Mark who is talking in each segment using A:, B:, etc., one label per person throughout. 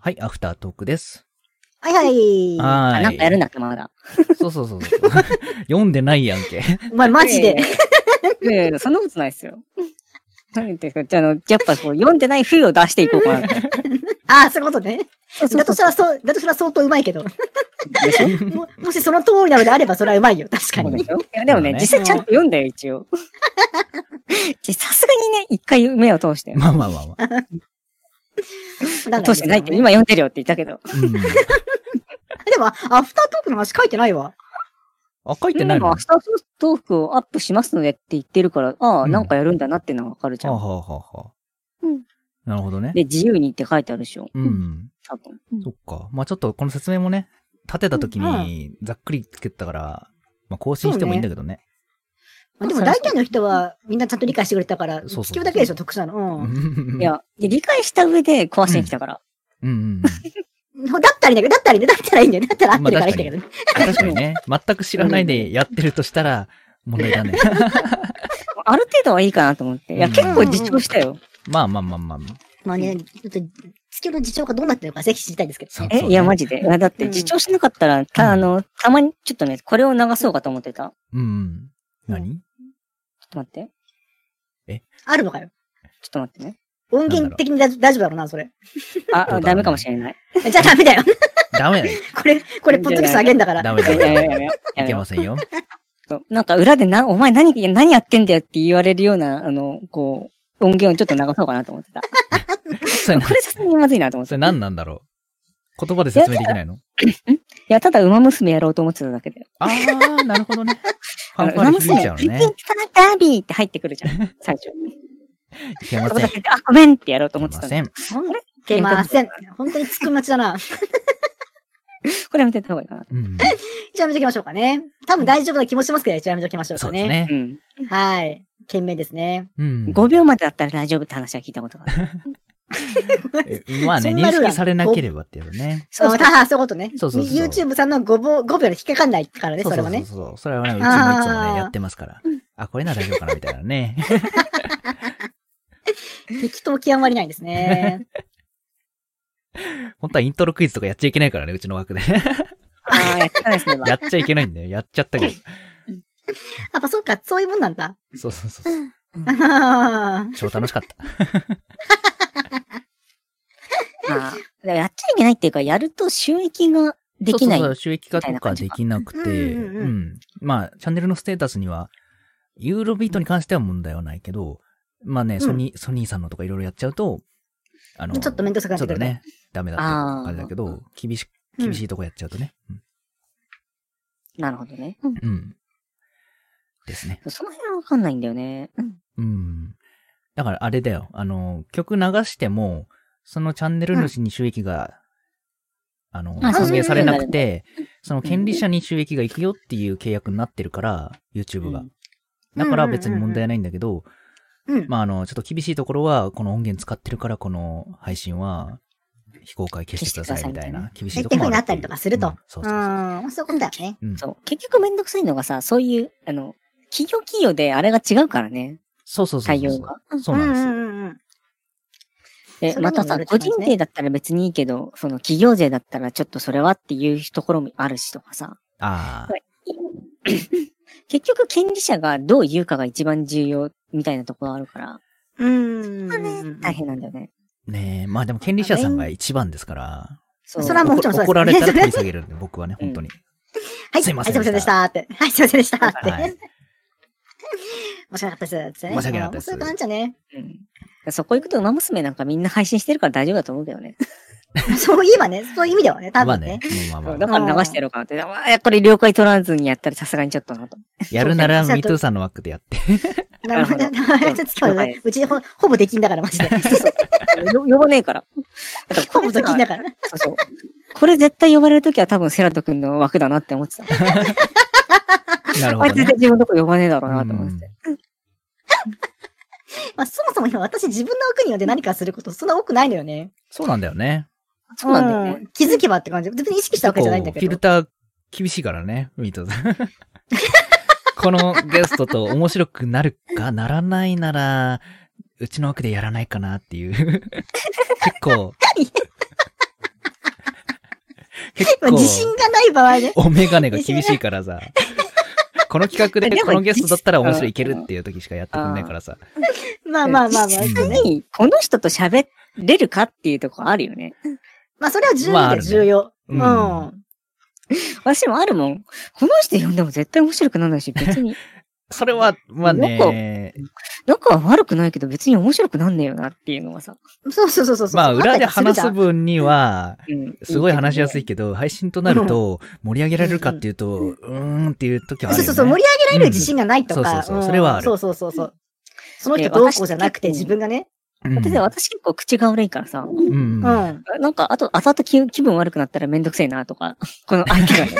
A: はい、アフタートークです。
B: はいはい。
A: はーい
B: あなんかやるんだっけ、まだ。
A: そうそうそうそう。読んでないやんけ。
B: お前マジで。
C: いやいやいや、そんなことないですよ。なんていうか、じゃあ、あの、やっぱこう、読んでない風を出していこう かな。
B: ああ、そういうことね。
C: そうそう
B: だとしたら、そう、だとしたら相当うまいけど。も もしその通りなのであれば、それはうまいよ。確か
C: そうで
B: に。
C: しょいや、でもね、
A: まあね
C: 実際ちゃんと読んだよ、一応。 ちさすがにね、一回目を通して。
A: まあまあまあまあ。
B: なんか
C: 通してないって、今読んでるよって言ったけど。
A: うん。
B: でも、アフタートークの話書いてないわ。
A: あ、書いて
C: で
A: ないの
C: も、明
A: は
C: 日のトークをアップしますのでって言ってるから、ああ、
A: うん
C: なんかやるんだなってのがわかるじ
A: あ
C: ゃ
A: は
C: ん。
A: あはあはあ。
C: うん。
A: なるほどね。
C: で、自由にって書いてあるでしょ。
A: うん。
C: 多分。
A: そっか。まあちょっとこの説明もね、立てた時にざっくりつけたから、まあ更新してもいいんだけどね。
B: まあでも大体の人はみんなちゃんと理解してくれたから、
A: そうそう
B: 地球だけでしょ、特殊なの。 うん
C: いや、で理解した上で壊しに来たから。
A: うんうんうん。
B: だったらいいんだけど、だったらいいんだよだったらいいんだよ。だったら合ってるからいいんだけどね。
A: 確かにね。全く知らないでやってるとしたら、問題だね。
C: ある程度はいいかなと思って。いや、
A: うん
C: 結構自重したよ。
A: まあまあまあまあまあ。
B: まあね、ちょっと、地球の事情がどうなってるのかぜひ知りたいですけど。
A: そう
C: え、
A: そう
C: いや、
A: ね
C: マジで。いやだって、
B: うん
C: 自重しなかったら、た、あの、たまに、ちょっとね、これを流そうかと思ってた。
A: うんうん。何
C: ちょっと待って。
B: あるのかよ。
C: ちょっと待ってね。
B: 音源的に大大丈夫だろうな、それ。
C: あ、
A: どうだろう
C: あ
A: ね
C: ダメかもし れない。
B: じゃあダメだよ。
A: ダメだよ。
B: これ、これ、ポッドキャストあげんだから。
A: ダメ
C: いや
A: だ
C: いやいやい
A: よ。
C: やいや
A: いけませんよ。
C: そうなんか裏でな、お前何、何やってんだよって言われるような、あの、こう、音源をちょっと流そうかなと思ってた。こ
A: それな
C: れさすがにまずいなと思っ
A: そ
C: て
A: れ
C: た。い
A: 何なんだろう。言葉で説明できないの
C: や、ただ、馬娘やろうと思ってただけで。
A: あー、なるほど ね。フ
C: あ
A: ァンファー
C: の
A: レ
C: 馬
A: 響い
C: 娘、
A: ちゃうの
C: ピン
A: ね
C: ピ。ンタダービーって入ってくるじ ゃん。最初。
A: いけま
C: そこ
A: せん。
C: だ
A: い
C: けであ、ごめんってやろうと思っ
A: け
C: て
A: ま
C: たの。
A: せん。
B: ほんいけません。本当につくまちだな。
C: これやめてた方がいいかな。
A: うん。
B: 一応やめときましょうかね。多分大丈夫な気もしますけど、一応やめときましょう
A: そ
B: か
A: うで
B: ね。
A: すね
C: う。ん。
B: はい。懸命ですね。
A: うん。
C: 5秒までだったら大丈夫って話は聞いたことがあ る。
A: えまあね、
B: そんな
A: 認
B: ルール
A: 識されなければっていうね。
B: そうそう。あーそういうことね。
A: そうそうそう
B: YouTube さんの5秒、5秒で引っかかんないからね、
A: そう
B: そ
A: そ
B: れ
A: う
B: も
A: そう
B: ね。
A: そう。それはね、うちもいつも
B: あー
A: ね、やってますから。あ、これなら大丈夫かなみたいなね。
B: 適当極まりないです ね。
A: 本当はイントロクイズとかやっちゃいけないからね、うちの 枠で。
C: ああ、やってたですね。今
A: やっちゃいけないんだよ。やっちゃったけど。
B: やっぱそうか、そういうもんなんだ。
A: そうそうそうそう。
B: あはは
A: 超楽しかった。
C: まあ、でもやっちゃいけないっていうか、やると収益ができない。
A: そうそううそう収益化とかできなく
B: みたい
A: て、
B: な感じか
A: うんまあ、チャンネルのステータスには、ユーロビートに関しては問題はないけど、まあね、ソニー、ソニーさんのとかいろいろやっちゃうと、あの、
B: ちょっと面倒くさくな
A: そ
B: っ
A: う
B: て
A: だ
B: くるね。
A: ね。ダメだっていう
C: あー
A: あれだけど、厳し、
B: うん
A: 厳しいとこやっちゃうとね。うん。
C: なるほどね。
A: うんですね。
C: その辺はわかんないんだよね。
A: うん。だからあれだよ。あの、曲流しても、そのチャンネル主に収益が、あの、
C: あそう
A: 還元されなくて、その
C: ん
A: 権利者に収益が行くよっていう契約になってるから、YouTube が
C: うん。
A: だから別に問題ないんだけど、
B: うん。
A: まああの、ちょっと厳しいところは、この音源使ってるから、この配信は、非公開消してくださいみたいな、厳しいところもある
B: っていう風になったりとかすると
A: うんそうそうそう。
B: うん。そういうことだよね。
A: うん
C: そう。結局めんどくさいのがさ、そういう、あの、企業企業であれが違うからね。
A: そうそうそう
C: 対
A: そ
C: 応
A: う。
C: が。
A: そうなんですよ。
B: ん
C: で、
B: それも
C: また
B: や
C: さ、
B: るって
C: 個
B: 感じね
C: 人税だったら別にいいけど、その企業税だったらちょっとそれはっていうところもあるしとかさ。
A: ああ、
C: 結局権利者がどう言うかが一番重要みたいなところあるから、
B: うん。うん。
C: まあね大変なんだよね。
A: ねえ、まあでも権利者さんが一番ですから、
C: そ
B: それはもうちろんそうです
A: 怒られたら取り下げる んで、僕はね、本当に。
B: はい、
A: すいません
B: はいすいませんでしたって。はい、すいませんでしたって。
A: はい
B: 申し訳なかったです。
A: 申し訳なかったです
B: そういう感じよね。
C: うんそこ行くと、馬娘なんかみんな配信してるから大丈夫だと思うけどね。
B: そういえばね、そういう意味ではね、多
A: まあ
B: 分
A: ね
B: ね。、
A: まあま
C: そ
A: あ
C: う
A: ま
C: だ
A: あ。
C: から流してやろうかなって。ああ、これ了解取らずにやったらさすがにちょっとなと。
A: やるなら、
B: そうそう
A: ミトゥーさんの枠でやって。
B: なるほど。な
C: な
B: るほど今日
C: は
B: ね
C: い、
B: うちほほぼできんだから、マジで。
C: よ呼ばねえから。だから
B: ほ
C: こ
B: ぼ
C: れ
B: で
C: さ
B: きん だから。
C: そうそう。これ絶対呼ばれるときは多分セラト君の枠だなって思ってた。
A: なる
C: あ
A: ほ
C: い
A: ど
C: つ絶
A: ね
C: 対。自分のとこ呼ばねえだろう
A: う
C: なと思って
A: ん
C: て。
B: まあ、そもそも今私自分の奥に呼んで何かすることそんな多くないのよね。
A: そうなんだよね。
C: そうなんだよね。
B: うん気づけばって感じ。別に意識したわけじゃないんだけ
A: 結構フィル
B: ど。
A: ター厳しいからね、ミトゥーさん。 このゲストと面白くなるかならないなら、 うちの枠でやらないかなっていう。結構、結
B: まあ
A: 構、
B: 自信がない場合ね。
A: お眼鏡が厳しいからさ。この企画で
C: でも
A: このゲストだったら面白いいけるっていう時しかやってくんないからさ。
B: まあまあまあまあ。
A: 実
C: 実際に、この人と喋れるかっていうとこあるよね。
B: まあそれは重
A: まああ
B: 要
A: る
B: で
A: ね
B: 重要。
A: うん
B: うん。
C: 私もあるもん。この人呼んでも絶対面白くならないし、別に。
A: それは、まあね、
C: 仲は悪くないけど別に面白くなんねえよなっていうのがさ。
B: そうそうそうそう。
A: まあ
B: った
A: 裏
B: り
A: で
B: る
A: 話
B: じゃ
A: す
B: ん
A: 分には、
C: うん
A: すごい話しやすい
C: い
A: けど、配信となると盛り上げられるかっていうと、うーんっていう時はあるよね。
B: そうそうそう、盛り上げられる自信がないと
A: うん
B: か。
A: そうそうそうそれはある
B: そうそうそうそう。その
C: い
B: 人
C: や
B: どうこうじゃなくて
C: 私
B: 自分がね。
A: うん
C: けど。で私結構口が悪いからさ。
A: うん。
B: う
A: うん
B: ん。
C: なんか、あと、あとあと気気分悪くなったらめんどくせえなとか、 この相手 がね。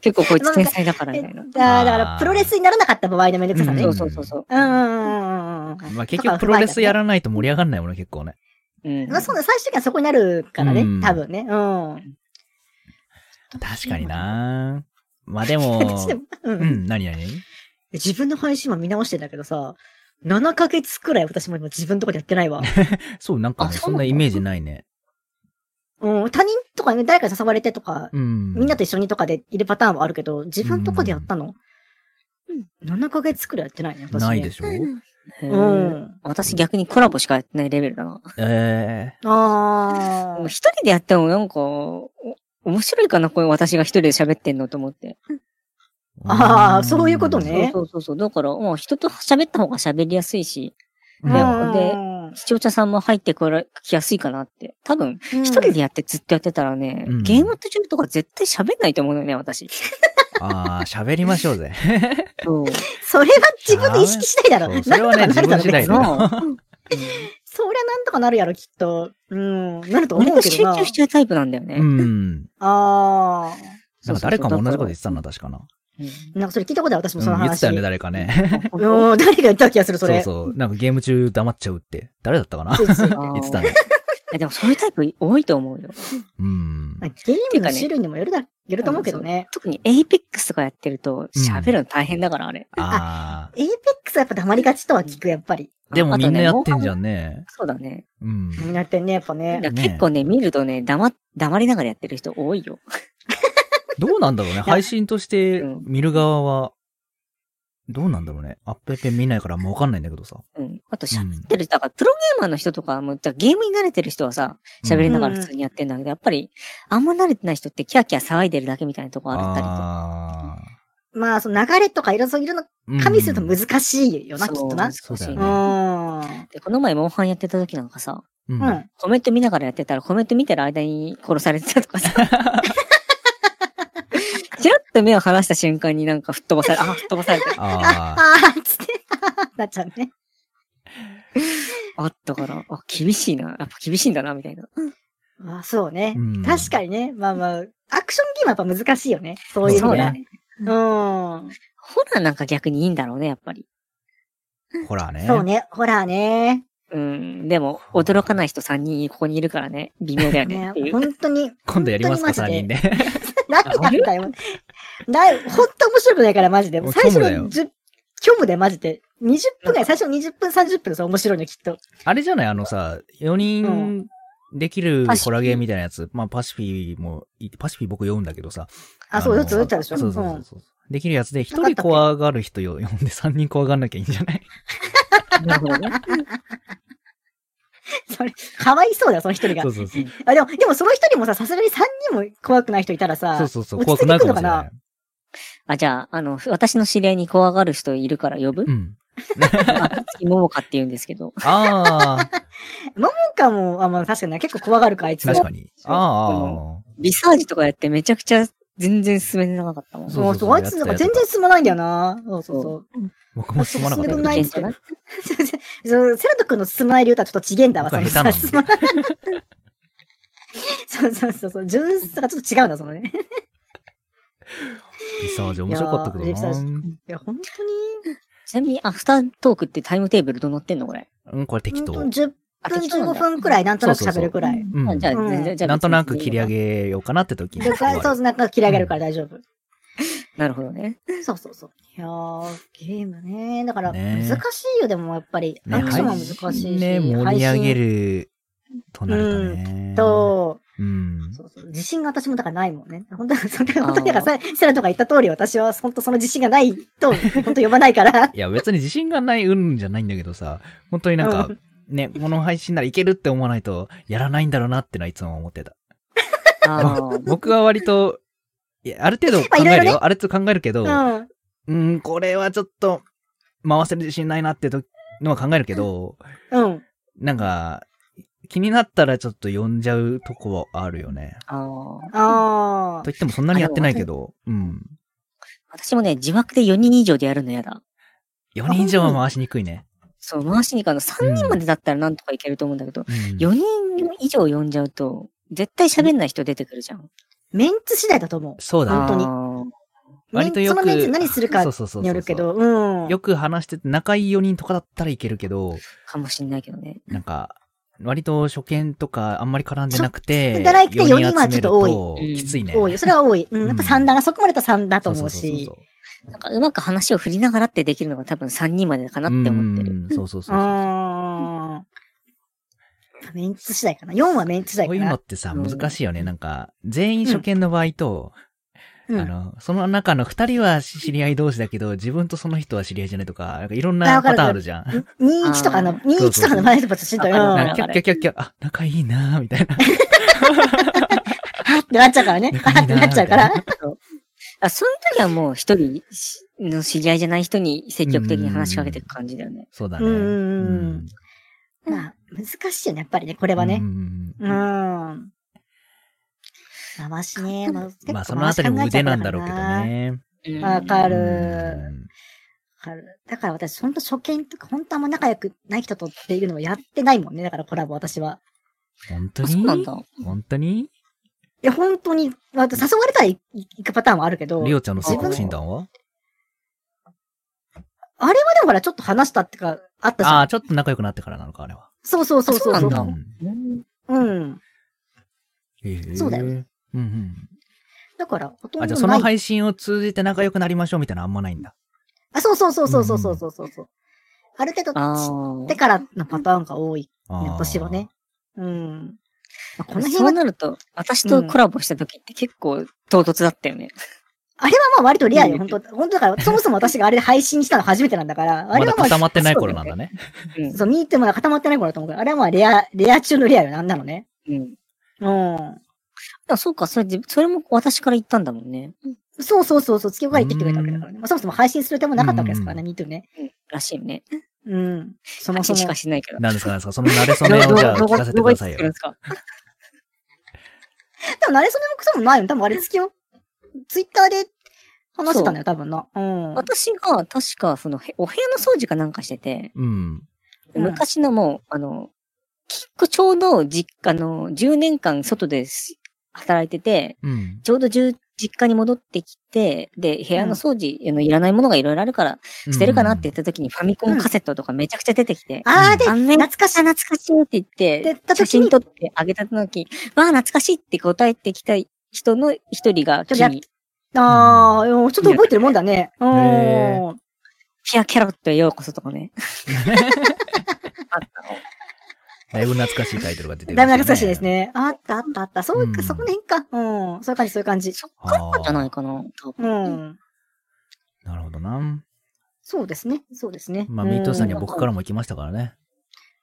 C: 結構こいつ天才だからみたいな。
B: だ
A: あー
B: だから、プロレスにならなかった場合のめんどくささね。
C: そ
B: うん
C: うそうそうそう。
B: うんうんうんうん。
A: まあ結局プロレスやらないと盛り上がんないもんね、結構ね。
C: うん。
B: まあそうだ、最終的にはそこになるからね
A: うん、
B: 多分ね。うん。
A: 確かになまあでも
B: 私、でもう
A: うんん、何々
B: 自分の配信も見直してんだけどさ、7ヶ月くらい私も今自分のとこでやってな いわ。
A: そう、なんかね、
C: あ
A: そ
C: そ
A: ん
C: うなんだ
A: なイメージないね。
B: うん、他人とかね、誰かに誘われてとか、
A: うん。
B: みんなと一緒にとかでいるパターンはあるけど、自分のとこでやったの、7ヶ月くらいやってないね、私ね。
A: ないでしょ
C: へ
B: う
C: ー
B: ん。
C: 私逆にコラボしかやってないレベルだな。
A: え
B: あ
C: もう
B: ー。
C: 一人でやってもなんか、お面白いかな、これ私が一人で喋ってんのと思って。
A: え
B: あーそういうことねえ
C: そうそうそうそう。だから、もう人と喋った方が喋りやすいし、
A: うん
C: もうで
B: うん
C: 視聴者さんも入ってこら来やすいかなって。多分、
B: うん
C: 一人でやってずっとやってたらね、
A: うん
C: ゲーム途中とか絶対喋んないと思うのよね、私。
A: ああ、喋りましょう ぜ。
C: そう。
B: それは自分で意識次第だろ。
A: そうそれはね、
B: なんと
A: 自
B: か
A: 分
B: なる
A: 次
B: だろ
A: 第
B: うね
A: だよ。
B: そりゃなんとかなるやろ、きっと。うん、なると
C: 俺
B: 思う
C: が
B: け
C: 集
B: どな。
C: 中しちゃうタイプなんだよね。
A: うん。
B: あ
A: なんか誰かも同じこと言ってたな、確かな。
B: ー。なんかそれ聞いたことある、私
A: う
B: もその
A: ん言って
B: 話。
A: たよね、誰かね。
B: うん、誰が言った気がする、そ
A: そう
B: れ。
A: そう。なんかゲーム中黙っちゃうって。誰だったかな
B: そうそう
A: 言ってた
C: ね。
A: ね。
C: でもそういうタイプ多いと思うよ。
A: うん
B: まあ。ゲームの種類にもよるだ、よると思うけどね。
C: 特にエイペックスとかやってると
A: うん
C: 喋るの大変だから、あれ。
A: ああ。
B: エイペックスはやっぱ黙りがちとは聞く、やっぱり。
A: でも
C: あと
A: み
C: ね
A: んなやってんじ
C: モンハ
A: ゃんね。
C: ンそうだね。
A: うん。
B: みんなやってんね、やっぱね。
C: だから結構ね、見るとね、黙っ、黙りながらやってる人多いよ。
A: どうなんだろうね。配信として
C: うん
A: 見る側は、どうなんだろうね。アップペン見ないからあんまわかんないんだけどさ。
C: うん。あと喋ってる人、だからプロゲーマーの人とかも、だからゲームに慣れてる人はさ、喋りながら普通にやってんだけど、やっぱり、あんま慣れてない人ってキャーキャー騒いでるだけみたいなとこあったりとか。
A: あ
B: まあ、その流れとかいろいろいろな、
A: ー
B: 加味すると
A: うん
B: 難しいよな、きっとな。
C: そう
A: そうだよ
C: 難しい
A: ね
C: ね
B: うん。
C: でこの前、モンハンやってた時なんかさ、
A: うん
B: うん。
C: コメント見ながらやってたら、コメント見てる間に殺されてたとかさ。ちらっと目を離した瞬間になんか吹っ飛ばされ、あ、吹っ飛ばされた。
A: ああ。
B: あー、つって、 なっちゃうね。
C: あったから、あ、厳しいな。やっぱ厳しいんだな、みたいな。
B: まあ、そうね
A: うん。
B: 確かにね。まあまあ、アクションゲームはやっぱ難しいよね。そういうの
A: そう
B: が。
A: だ
B: ね。うん。
C: ホラーなんか逆にいいんだろうね、やっぱり。
A: ほらね。
B: そうね。ホラーね。
C: うん。でも、驚かない人3人ここにいるからね、微妙だよね
B: ね
C: ってい、う。
B: 本当に。
A: 今度やりますか、
B: 本当
A: 3
B: にマジで
A: 人で。
B: 何なんだよ。ない、ほんと面白くないから、マジで。
A: もう
B: 最初
A: 虚無だよ
B: の10、虚無でマジで。20分ぐらい、最初の20分、30分さ、面白いの、きっと。
A: あれじゃないあのさ、4
B: う
A: 人できる
C: パシフィ
A: ホラーゲーみたいなやつ。まあ、パシフィもいい、パシフィ僕読んだけどさ。
B: あ、そう、
A: の
B: よつ打ったでしょ。
A: そうそう
B: う
A: そうんそう。できるやつで、1
B: なかっ
A: 人
B: たっけ
A: 怖がる人よ呼んで3人怖がんなきゃいいんじゃない
C: なるほどね。
B: それ、かわいそうだよ、その一人が
A: そう。そうそう。
B: あ、でも、でもその一人もさ、さすがに3人も怖くない人いたらさ、
A: そうそうそう。怖
B: 落
A: く
B: ち着
A: ない
B: て
A: かも
B: くの
A: しれ
B: か
A: な。
B: ない
C: あ、じゃあ、あの、私の知り合いに怖がる人いるから 呼ぶ
A: うん。
C: あ、ももかって言うんですけど。
A: ああ、
B: なんかもう、あ、まあ確かにな、結構怖がるか、あいつも。
A: 確かに。
C: そう
A: あ
C: リサーチとかやってめちゃくちゃ全然進めてなかったもん。
A: そう
B: そうそう、あいつなんか全然進まないんだよな。そうそうそ。
C: そう
A: あ、僕も進まなかった
B: 進
A: けど
B: んでくんな
C: ない
B: い
C: ですよね。
B: そうセラト君の進まない理由とはちょっと違えんだわ、
A: 僕
B: そ
A: は
B: の
A: 下手なんで
B: 進まないそうそうそうそう、純粋がちょっと違うんだ、そのね。
A: リサージ面白かったけど
B: いやーリサージ
A: ない
B: や、本当
C: ちなみに、アフタートークってタイムテーブルどうなってんのこれ。
A: うん、これ
B: に、
A: 適当。
B: 本当10
C: あ
B: 分、
C: 適当なんだ
B: 15分くらい、なんとなく喋るくらい。
A: うん
C: あじゃあ、
B: うん
C: 全然じゃあ
A: なんとなく切り上
C: げ。
A: げようかなって時に
B: でそうそう、なんか切り上げるから大丈夫。
C: なるほど ね。
B: そうそうそう。いやー、ゲームね。だから、
A: ね
B: 難しいよ、でもやっぱり。
A: ね
B: アクションは
A: 配
B: 難しいし。
A: ね、盛り上げ
B: る。
A: るとなるとね。
B: と、
A: うん。
B: そうそう自信が私もだからないもんね。本当に、それ本当にだからさ、セラとか言った通り、私は本当その自信がない と、本当呼ばないから。
A: いや、別に自信がないうんじゃないんだけどさ、本当になんか
B: う、
A: ね、この配信ならいけるって思わないと、やらないんだろうなってのはいつも思ってた。
C: あー
A: 僕は割と、いや、ある程度考
B: まあいろ
A: える
B: いろね
A: よ。ある程度考えるけど、
B: うん。
A: うん、これはちょっと、回せる自信ないなってとのは考えるけど、
B: うん。
A: なんか、気になったらちょっと呼んじゃうとこはあるよね。
C: あー。
B: ああ
A: と。言ってもそんなにやってないけど、うん。
C: 私もね、字幕で4人以上でやるのやだ。
A: 4人以上は回しにくいね。
C: そう、回しに行かの3人までだったらなんとかいけると思うんだけど、
A: うん
C: 4人以上呼んじゃうと、絶対喋んない人出てくるじゃん。
B: メンツ次第だと思う。
A: そうだね。
B: 当に
C: に。
A: 割とよく
B: メンツそのメンツ何するか
A: そうそうそうそう
B: によるけど、うん。
A: よく話してて、仲いい4人とかだったらいけるけど、
C: かもしんないけどね。
A: なんか、割と初見とかあんまり絡んでなくて、
B: 初見じゃなくて
A: 4
B: 4人はちょっ
A: 集
B: と
C: 多い
A: めるきついね。
B: 多いよ。それは多い。う
A: うん
B: ん。やっぱ三段がそこまでだと三だと思うし
A: そ。
C: なんかうまく話を振りながらってできるのが多分3人までかな
A: う
C: っ
A: そうそうそう
C: て思って
A: う
C: る。
A: んそうそうそううそう。
B: ん。メンツ次第かな。4はメンツ次
A: こう
B: 第
A: いう
B: か
A: の
B: な
A: っ。てさ、
C: うん
A: 難しいよね。なんか、全員初見の場合と、
B: うん
A: あの、その中の二人は知り合い同士だけど、自分とその人は知り合いじゃないとか、なんかいろん
B: あ
A: な
B: わか
A: パ
B: る
A: ターンあるじゃん。
B: ん21とかの、
C: あ
B: 21とかの前のこと知ってるから、
C: わ
B: う
C: か
A: な
B: ん。
C: る
B: は
A: ん
B: っ
A: かキャッキャッキャッキャッ、あ、仲いいなーみたい な。
B: てなっちゃうからね。は
A: 仲い
B: っ
A: い
B: て
A: なー
B: なっちゃうから。
C: あそういう時はもう一人しの知り合いじゃない人に積極的に話しかけていく感じだよね。
A: そうだね。
B: うんうんうん
A: うん
B: まあ、難しいよね、やっぱりね、これは
A: う
B: ね
A: ん。うん
B: うん。回しね、まあ、結
A: うん
B: 構
A: まあ、そのあたりも
B: 回し考え
A: 腕
B: ちゃ
A: な
B: うん
A: だろうけどね。
C: うん
B: わか
A: あ
B: るだから私、ほんと初見とか、ほんとあんま仲良くない人とっていうのをやってないもんね。だからコラボ、私は。
A: 本当
C: あ
A: に
C: そうなんだ。
A: 本当に
B: いや、本当に、まあ誘われたらい行くパターンはあるけど、あ
A: リ
B: れは
A: オちゃんの性格診断は
B: でもほら、ちょっと話したってか、あったじゃん。
A: ああー、ちょっと仲良くなってからなのか、あれは。
B: そうそうそうそう。
C: あそうなんだうん
B: うん。
A: ん
B: そうだよ。
A: へーうんうん。
B: だから、ほとんどない。
A: あ、じゃあその配信を通じて仲良くなりましょうみたいなのあんまないんだ。
B: あ、そうそうそうそうそうそうそうそう。ある程
C: あ
B: 度知
C: ー
B: ってからのパターンが多い、
A: あ
B: ね、
A: ー
B: 私はね。。うん。まあこの辺
C: そう
B: は、
C: なると、私とコラボした時って結構唐突だったよね。
B: あれはまあ割とリアルよ、
C: うん
B: 本当本当だから、そもそも私があれで配信したの初めてなんだから、あ
A: ま
B: れ
A: だ
B: はまあ、
A: 固まってない頃なんだね。
C: うん
B: そう、ミートも固まってない頃だと思うから、あれはまあレア、レア中のレアよ、なんなのね。
C: うん。
B: うん。
C: あそうか、それで、それも私から言ったんだもんね。
B: そうそうそう、そう、月岡が言ってきてくれたわけだからね。まあ、そもそも配信する手もなかったわけですからね、ミートね。
C: らしいよね。
B: うん。そも
C: 話
B: そも
C: し。かしないけど。
A: なんですか、なんですか、その慣れ初めをじゃあ聞かせてくださいよ
C: どこ。どこ行ってくるんですか
B: でも、慣れそめもくそもないよ。多分、あれ月よ。ツイッターで話してたんだよ、多分な。うん。
C: 私が、確か、その、へお部屋の掃除かなんかしてて、
A: うん。
B: うん
C: 昔のもう、あの、きっこちょうど実家の、10年間外です働いてて、
A: うん。
C: ちょうど10実家に戻ってきて、で、部屋の掃除、あのいらないものがいろいろあるから、捨てるかなって言った時にファミコンカセットとかめちゃくちゃ出てきて、
B: あーで、
C: あんめ
B: 懐かしい。
C: あ、懐かしいって言って、
B: でた時に
C: 写真撮ってあげた時、わあ、懐かしいって答えてきた人の一人が
B: ちょっとやっ
C: 君、
B: ああ、ちょっと覚えてるもんだね。うん。
A: へ
C: ピアキャロットへようこそとかね。あったの
A: だいぶ懐かしいタイトルが出て
B: だいぶ懐かしいです。ね。あったあったあった。そう
A: う
B: か、
A: ん
B: そこの辺か。うん。そういう感じ、そういう感じ。
C: そっ
A: あ
C: からじゃない
A: ー
C: かな、多分。
B: うん。
A: なるほどな。
B: そうですね。そうですね。
A: まあ、ミートさんには
B: う
A: 僕からも行きましたからね。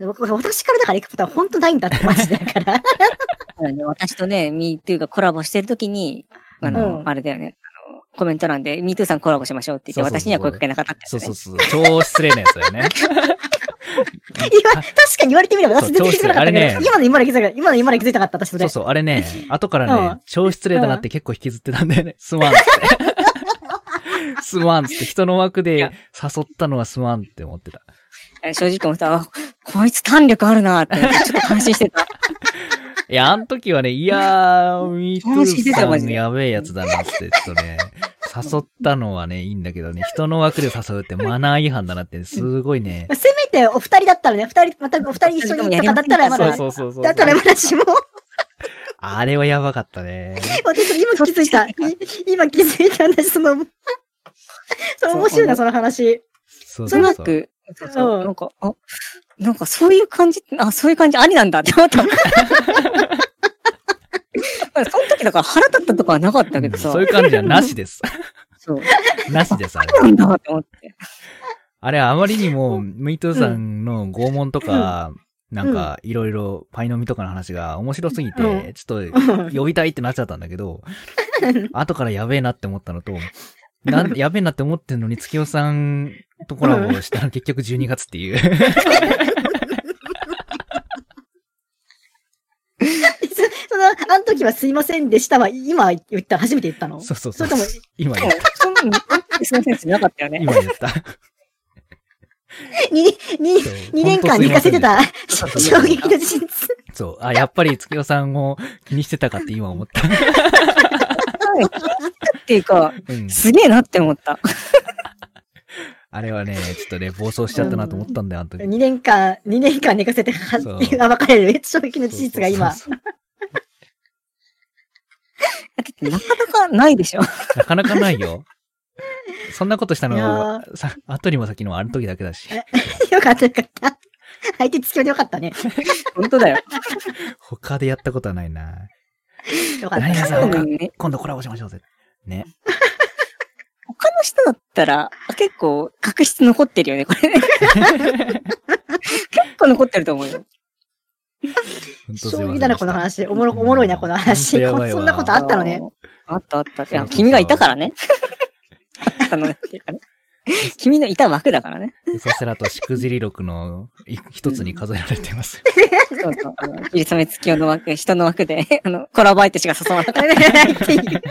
B: 僕私からだから行くことは本当ないんだって、マジで。だから。
C: ただね私とね、ミートゥーがコラボしてる時に、あの、
B: うん
C: あれだよね。あのコメント欄で、ミートゥーさんコラボしましょうって言って、
A: そうそうそう
C: 私には声かけなかったって、ね。
A: そうそうそう。超失礼なやつだよね。
B: 言わ確かに言われてみれば、
A: そう
B: 私全然気づかなかった
A: そう
B: け
A: ですよあれ
B: ど、
A: ね
B: 今の今の気づかなかった。今の今の気づいたかった、私
A: そ
B: それ
A: う。そう、あれね、後から
B: う
A: ね
B: ん、
A: 超失礼だなって結構引きずってたんだよね。すまんっつって。すまんっ つって、人の枠で誘ったのはすまんって思ってた。
C: え正直思ったあ、こいつ胆力あるなって、ちょっと感 心してた。
A: いや、あの時はね、いやー、ミート
C: 楽しい
A: ゥ
C: で
A: ー
C: すよ
A: さ
C: マジ
A: ん
C: で
A: やべえやつだなって、ちょっとね、誘ったのはね、いいんだけどね、人の枠で誘うってマナー違反だなって、すごいね。
B: せめてお二人だったらね、二人、またお二人一緒にとかだったらま
C: そ
A: そうう
B: だ、
A: そうそうそう。
B: だったら私も、
A: あれはやばかったね。
B: 私今気づいた。い今気づいたんだし、 その、そう面白いな、その話。
A: そう
C: う
A: そう
C: ま
A: そう。
C: く、そうそう
B: うん
C: なんか、あ、なんかそういう感じ、あ、そういう感じありなんだって 思った。まあその時だから腹立ったとかはなかったけどさ
A: そうい。う感じじゃなしです。
C: そう。
A: なしです、あれ
C: ありなんだって思って。
A: あれ、あまりにも、ムイトゥーさんの拷問とか、なんか、いろいろ、パイの実とかの話が面白すぎ
B: う
A: て、ちょっと、呼びたいってなっちゃったんだけど、後からやべえなって思ったのと、 なんやべえなって思ってんのに、月代さんとコラボしたら結局12月っていう。
B: その、あの時はすいませんでしたは、今言った、初めて言った の
A: そうそう
B: そ
A: そう
B: れとも。
A: 今
C: で
A: 言
C: も
A: っ
C: そんなの、すいませんってなかったよ
A: た。
C: ね。
A: 今言 った。
B: にに
A: そう
B: 2年間寝かせて。た
A: そう
B: 衝撃の事実。
A: そう。あ、やっぱり月代さんを気にしてたかって今思った。
C: っていうか、
A: うん。
C: すげえなって思った。
A: あれはね、ちょっとね、暴走しちゃったなと思ったんだよ、あの時。
B: 2年間、2年間寝かせては
A: そう
B: 別れる衝撃の事実が今。
A: そうそう
C: なかなかないでしょ。
A: そうなかなかないよ。そんなことしたの
B: いや
A: は、さ、後にも先にもあの時だけだし、
B: よかったよかった。相手付き合いでよか ったね。
C: 本当だよ。
A: 他でやったことはないな。
B: よかっ
A: 何
B: た。
A: が
C: そ
A: さ
C: うだよね、
A: 今度コラボしましょうぜ。ね。
C: 他の人だったら、結構、確執残ってるよね、こ れ。結構残ってると思うよ。
A: ほんとすいません
B: 衝撃だな、この話。おもろ、おもろいな、この話。
A: うんほんとや
B: こ
A: ばいわ
B: そんなことあったのね。。
C: あったあった。いや、君がいたからね。あったのねっていうかね。君のいた枠だからね。
A: うさせらとしくじり録のい一つに数えられてい ます。
C: そうそう。あの切り詰め付きの枠、人の枠で、あの、コラボ相手しか誘わなかっ
B: っていう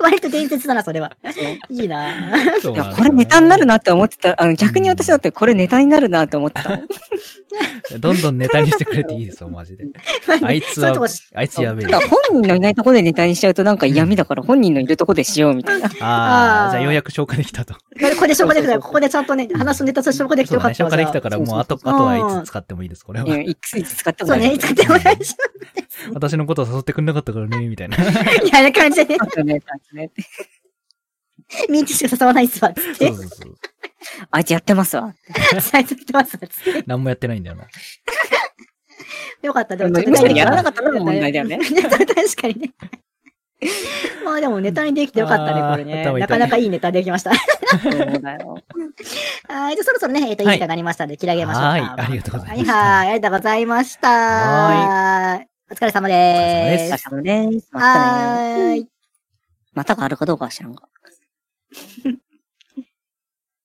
B: 割と伝説だな、それは。
C: た。い
B: いいな
A: そうなんだ
C: や、
A: よ
C: これネタになるなって思ってた。あの、逆に私だってこれネタになるなって思ってた。
A: どんどんネタにしてくれていいですよ、マジで。あいつ
B: そういう
A: は
B: とこし、
A: あいつやべえ
C: た。だ本人のいないとこでネタにしちゃうとなんか嫌味だから本人のいるとこでしようみたいな。
A: あ
B: あー
A: あ、じゃあようやく消化できたと。
B: ここで消化できたここでちゃんとね、話のネタとして消化できて
A: そう
B: よ
A: だ
B: かっ
A: ね、
B: た
A: 消
B: わ。
A: 化できたか
B: か
A: ら、もうあと、
B: うん
A: あとはいつ使ってもいいです、これは。
C: うん、いついつ使っても
B: そう
C: らえ
B: ね、
C: る。
B: いつかってもらえし
A: 私のことは誘ってくんなかったからね、みたいな。
B: みたいな感じでね、
C: そうねそうね
B: ミンチしか誘わないっ すわ、つっ
A: そ
B: て
A: う。そうそう。
C: あいつやってますわ。
B: 伝えてますわ、つって。
A: 何もやってないんだよな。
B: よかった、で
C: む
B: もちょっと
A: む
C: し
A: し
C: ろ
A: ろ
C: や
A: や
C: ら
A: ら
C: な
A: な
C: かったのが問題 だよね。
B: 確かにね。 まあでもネタにできてよかったね、
A: あー
B: これね。
A: 頭痛
B: ないかなかいいネタできました。
C: そうだよ。
B: はい、じゃあそろそろね、えっ、と、いい
A: はい
B: 時間になりましたんで、切り上げましょうか。
A: はい、ありがとうございました。
B: はい、ありがとうございました。
A: は
B: お疲れ様
A: お疲れ
B: で
C: お
A: 様
C: 疲
B: す
C: れ。様です。またね。
B: はーい。
C: またがあるかどうかは知らんが。